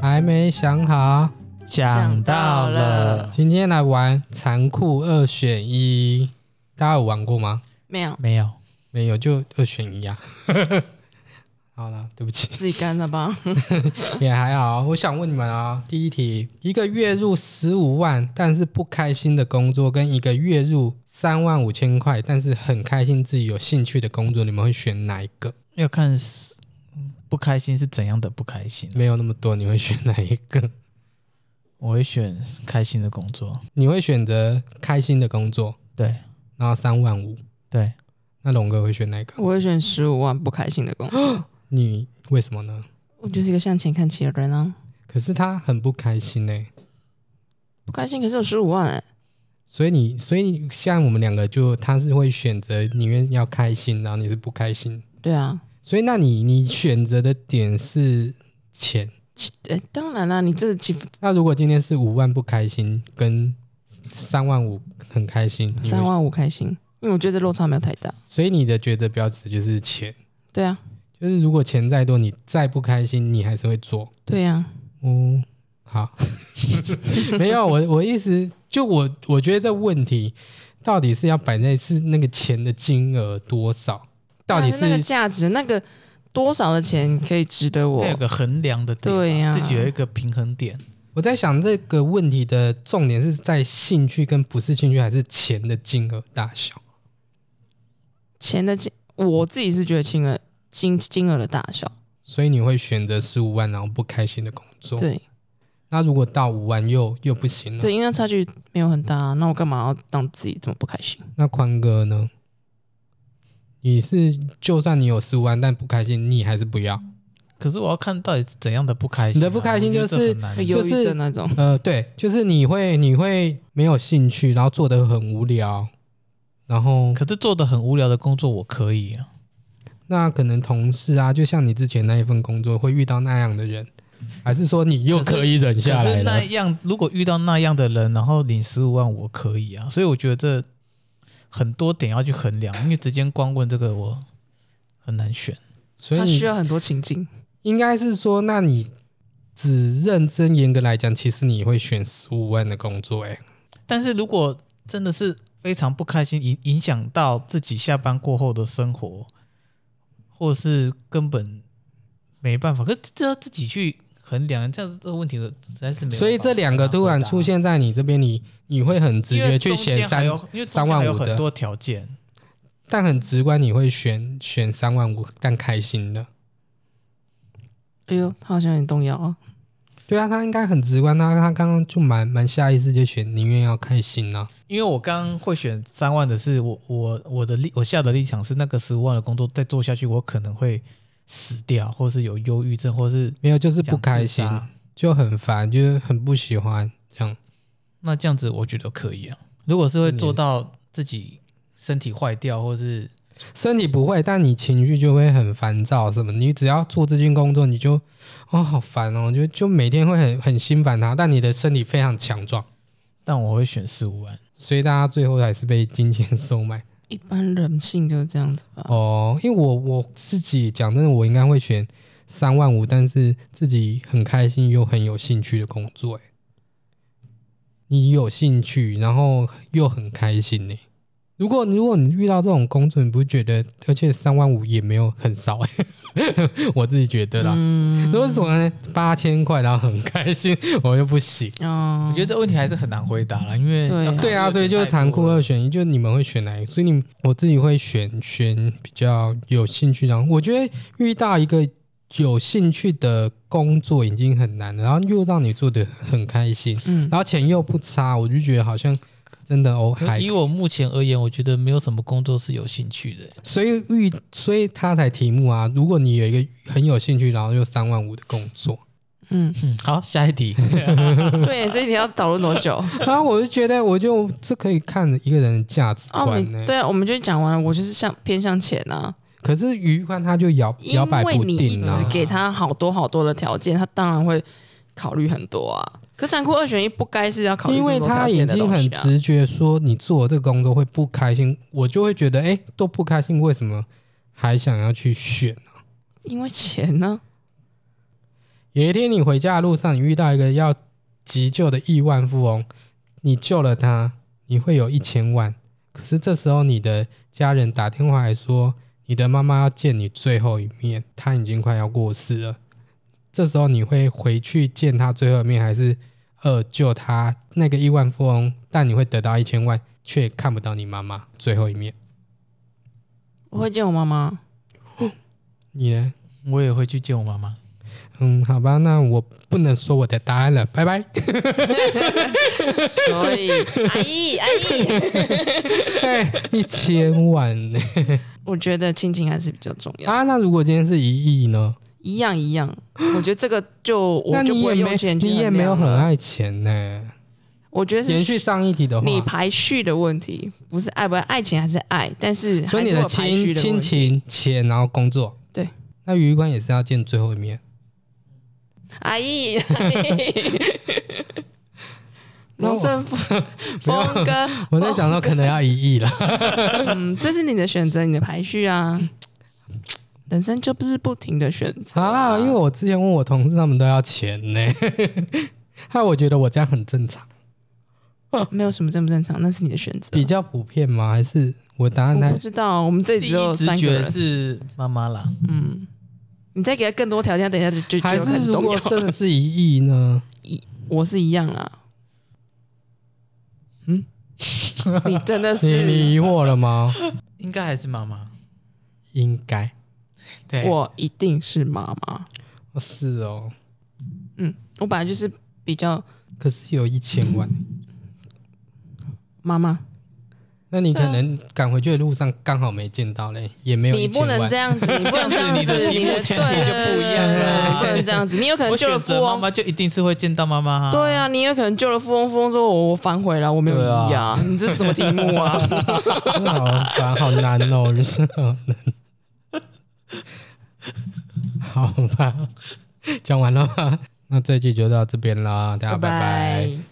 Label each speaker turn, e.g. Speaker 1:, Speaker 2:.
Speaker 1: 还没想好，
Speaker 2: 想到了，
Speaker 1: 今天来玩残酷二选一，大家有玩过吗？
Speaker 3: 没有，
Speaker 2: 没有，
Speaker 1: 没有，就二选一啊。 好了，对不起，
Speaker 3: 自己干的吧？
Speaker 1: 也还好。我想问你们啊、第一题，一个月入十五万但是不开心的工作，跟一个月入三万五千块但是很开心自己有兴趣的工作，你们会选哪一个？
Speaker 2: 要看是嗯不开心是怎样的不开心。
Speaker 1: 没有那么多，你会选哪一个？
Speaker 2: 我会选开心的工作，
Speaker 1: 你会选择开心的工作，
Speaker 2: 对
Speaker 1: 然后三万五。
Speaker 2: 对，
Speaker 1: 那龙哥会选哪一个？
Speaker 3: 我会选十五万不开心的 工作。
Speaker 1: 你为什么呢？
Speaker 3: 我就是一个向前看齐的人啊，
Speaker 1: 可是他很不开心呢、
Speaker 3: 不开心可是有十五万哎、
Speaker 1: 所以你，所以像我们两个就，他是会选择宁愿要开心，然后你是不开心。
Speaker 3: 对啊，
Speaker 1: 所以，那你你选择的点是钱。
Speaker 3: 哎，当然啦，你这几
Speaker 1: 那如果今天是五万不开心，跟三万五很开心，你会
Speaker 3: 三，万五开心，因为我觉得这落差没有太大。
Speaker 1: 所以你的抉择标尺就是钱。
Speaker 3: 对啊，
Speaker 1: 就是如果钱再多，你再不开心，你还是会做。
Speaker 3: 对啊，
Speaker 1: 哦，好， 没有我我意思就我我觉得这问题到底是要摆在是那个钱的金额多少，到底
Speaker 3: 但啊那个
Speaker 1: 是
Speaker 3: 价值，那个多少的钱可以值得我
Speaker 1: 啊
Speaker 2: 要？有个衡量的点，
Speaker 3: 对呀、啊
Speaker 2: 自己有一个平衡点。
Speaker 1: 我在想这个问题的重点是在兴趣跟不是兴趣，还是钱的金额大小？
Speaker 3: 钱的金，我自己是觉得金额金金额的大小，
Speaker 1: 所以你会选择十五万然后不开心的工作，
Speaker 3: 对
Speaker 1: 那如果到五万又又不行了，
Speaker 3: 对，因为差距没有很大、啊，那我干嘛要让自己这么不开心？
Speaker 1: 那宽哥呢？你是就算你有十五万但不开心，你还是不要。
Speaker 2: 可是我要看到底是怎样的不开
Speaker 1: 你
Speaker 2: 心啊、
Speaker 1: 的不开心
Speaker 2: 我觉得
Speaker 1: 就
Speaker 2: 这
Speaker 1: 是哎
Speaker 2: 很难
Speaker 3: 会忧郁
Speaker 1: 就是
Speaker 3: 症那种，
Speaker 1: 呃，对，就是你会你会没有兴趣，然后做的很无聊，然后
Speaker 2: 可是做的很无聊的工作我可以啊，
Speaker 1: 那可能同事啊，就像你之前那一份工作会遇到那样的人，还是说你又
Speaker 2: 可是
Speaker 1: 可以忍下
Speaker 2: 可
Speaker 1: 来
Speaker 2: 是那
Speaker 1: 了？
Speaker 2: 样如果遇到那样的人，然后领十五万我可以啊，所以我觉得这很多点要去衡量，因为直接光问这个我很难选。
Speaker 1: 所以
Speaker 3: 他
Speaker 1: 你
Speaker 3: 需要很多情境。
Speaker 1: 应该是说，那你只认真严格来讲，其实你会选十五万的工作、欸，
Speaker 2: 但是如果真的是非常不开心，影影响到自己下班过后的生活，或是根本没办法，可是这要自己去衡量，这样子这个问题我实在是没有办法回答。
Speaker 1: 所以这两个突然出现在你这边，你你会很直
Speaker 2: 因
Speaker 1: 觉
Speaker 2: 为
Speaker 1: 去
Speaker 2: 中间
Speaker 1: 选
Speaker 2: 还
Speaker 1: 三，
Speaker 2: 有，因为中
Speaker 1: 三
Speaker 2: 间
Speaker 1: 万
Speaker 2: 还有
Speaker 1: 五的
Speaker 2: 很多条件，
Speaker 1: 但很直观，你会选选三万五，但开心的。
Speaker 3: 哎呦，他好像有点动摇啊。
Speaker 1: 对啊，他应该很直观，他他刚刚就蛮蛮下意识就选宁愿要开心啊。
Speaker 2: 因为我刚刚会选三万的是我我我的立我下的立场是那个十五万的工作再做下去，我可能会死掉，或是有忧郁症，或是
Speaker 1: 没有，就是
Speaker 2: 想
Speaker 1: 不开
Speaker 2: 自
Speaker 1: 心，
Speaker 2: 杀
Speaker 1: 就很烦，就是很不喜欢这样。
Speaker 2: 那这样子我觉得可以啊。如果是会做到自己身体坏掉，或是
Speaker 1: 身体不会，但你情绪就会很烦躁，什么？你只要做这件工作，你就哦好烦哦，就就每天会很很心烦它，但你的身体非常强壮，
Speaker 2: 但我会选十五万。
Speaker 1: 所以大家最后还是被金钱 收买。
Speaker 3: 一般人性就是这样子吧。
Speaker 1: 哦，因为我我自己讲真的，我应该会选三万五，但是自己很开心又很有兴趣的工作、欸。你有兴趣，然后又很开心呢、如果如果你遇到这种工作，你不觉得？而且三万五也没有很少哎、 我自己觉得啦。如果是我呢八千块，然后很开心，我又不行。
Speaker 3: 哦，
Speaker 2: 我觉得这问题还是很难回答了，因为
Speaker 3: 对啊
Speaker 2: 要 看
Speaker 1: 对啊，所以就是残酷二选一，就你们会选哪一个？所以你我自己会选选比较有兴趣，然后我觉得遇到一个有兴趣的工作已经很难了，然后又让你做的很开心，
Speaker 3: 嗯，
Speaker 1: 然后钱又不差，我就觉得好像真的哦
Speaker 2: 可
Speaker 1: 还
Speaker 2: 以我目前而言，我觉得没有什么工作是有兴趣的。
Speaker 1: 所以遇所以他才题目啊，如果你有一个很有兴趣，然后又三万五的工 作，
Speaker 3: 嗯，
Speaker 2: 嗯，好，下一题。
Speaker 3: 对，这一题要讨论多 久？
Speaker 1: 然后我就觉得我就这可以看一个人的价值
Speaker 3: 哦，我
Speaker 1: 观呢、
Speaker 3: 们对啊，我们就讲完了。我就是向偏向钱啊，
Speaker 1: 可是余宽他就摇
Speaker 3: 因
Speaker 1: 摇摆
Speaker 3: 为
Speaker 1: 不
Speaker 3: 你一
Speaker 1: 定啊
Speaker 3: 直。给他好多好多的条件，他当然会考虑很多啊。可残酷二选一不该是要考虑
Speaker 1: 因
Speaker 3: 这么
Speaker 1: 为
Speaker 3: 多
Speaker 1: 他
Speaker 3: 条
Speaker 1: 已
Speaker 3: 件的
Speaker 1: 经
Speaker 3: 东西
Speaker 1: 很
Speaker 3: 啊？
Speaker 1: 直觉说你做这个工作会不开心，我就会觉得哎、诶都不开心，为什么还想要去选？
Speaker 3: 因为钱呢、
Speaker 1: 有一天你回家的路上，你遇到一个要急救的亿万富翁，你救了他，你会有一千万。可是这时候你的家人打电话来说，你的妈妈要见你最后一面，她已经快要过世了。这时候你会回去见她最后一面，还是二救她那个亿万富翁？但你会得到一千万，却看不到你妈妈最后一面。
Speaker 3: 我会见我妈妈。
Speaker 1: 你呢？
Speaker 2: 我也会去见我妈妈。
Speaker 1: 嗯，好吧，那我不能说我的答案了，拜 拜。
Speaker 3: 所以， 阿姨，阿姨，
Speaker 1: 一千万呢
Speaker 3: 我觉得亲情还是比较重要。
Speaker 1: 啊！那如果今天是一亿呢？
Speaker 3: 一样一样，我觉得这个就
Speaker 1: 那
Speaker 3: 我就
Speaker 1: 你
Speaker 3: 不
Speaker 1: 也
Speaker 3: 会
Speaker 1: 没
Speaker 3: 用钱去
Speaker 1: 你也
Speaker 3: 衡
Speaker 1: 没有
Speaker 3: 量
Speaker 1: 很
Speaker 3: 了。
Speaker 1: 爱钱呢、
Speaker 3: 我觉得
Speaker 1: 延
Speaker 3: 是
Speaker 1: 续上一题的话，
Speaker 3: 你排序的问题，不是爱不爱，爱情还是爱，但是
Speaker 1: 所以
Speaker 3: 还
Speaker 1: 你
Speaker 3: 是
Speaker 1: 的
Speaker 3: 有排
Speaker 1: 亲
Speaker 3: 序
Speaker 1: 亲
Speaker 3: 问题
Speaker 1: 情、钱，然后工作，
Speaker 3: 对。
Speaker 1: 那鱼官也是要见最后一 面，
Speaker 3: 阿姨，阿姨
Speaker 1: 那我
Speaker 3: 罗森峰
Speaker 1: 没有
Speaker 3: 峰哥，
Speaker 1: 我在想说可能要一亿了。
Speaker 3: 嗯，这是你的选择，你的排序啊。人生就不是不停的选 择
Speaker 1: 啊，因为我之前问我同事，他们都要钱呢、 那我觉得我这样很正常，
Speaker 3: 没有什么正不正常，那是你的选择。
Speaker 1: 比较普遍吗？还是我答案
Speaker 3: 啊我
Speaker 1: 太
Speaker 3: 不知道，我们这里
Speaker 2: 第
Speaker 3: 只有
Speaker 2: 一直
Speaker 3: 三个
Speaker 2: 觉
Speaker 3: 人。
Speaker 2: 是妈妈啦，
Speaker 3: 嗯，你再给他更多条件，等一下就就
Speaker 1: 还
Speaker 3: 就开
Speaker 1: 是
Speaker 3: 始
Speaker 1: 如
Speaker 3: 动
Speaker 1: 果
Speaker 3: 摇
Speaker 1: 真的是一亿呢？
Speaker 3: 我是一样啊。嗯， 你真 的
Speaker 1: 你
Speaker 3: 是啊
Speaker 1: 你疑惑了吗？
Speaker 2: 应该还是妈妈。
Speaker 1: 应该
Speaker 2: 对，
Speaker 3: 我一定是妈妈。
Speaker 1: 哦是哦，
Speaker 3: 嗯，我本来就是比较
Speaker 1: 可是有一千万，
Speaker 3: 妈妈。
Speaker 1: 那你可能赶回去的路上刚好没见到嘞，也没有
Speaker 3: 你
Speaker 1: 一
Speaker 3: 不
Speaker 1: 千
Speaker 3: 能
Speaker 1: 万
Speaker 3: 这。样子，你不 能
Speaker 2: 这样子
Speaker 3: 样
Speaker 2: 你的
Speaker 3: 子，
Speaker 2: 题
Speaker 3: 你
Speaker 2: 目
Speaker 3: 的
Speaker 2: 前
Speaker 3: 对
Speaker 2: 提就不一样啊
Speaker 1: 啦
Speaker 3: 对对对不能这 样子。你有可能
Speaker 2: 我
Speaker 3: 救了
Speaker 2: 选
Speaker 3: 富
Speaker 2: 择妈
Speaker 3: 翁，
Speaker 2: 妈就一定是会见到妈妈、啊。
Speaker 3: 对啊，你有可能救了富翁，富翁说我我反悔了，我没有
Speaker 2: 对啊
Speaker 3: 异议啊，你这是什么题目 啊？
Speaker 1: 好烦， 好难哦，人生好难。好吧，讲完了吗，那这一集就到这边啦，大家拜拜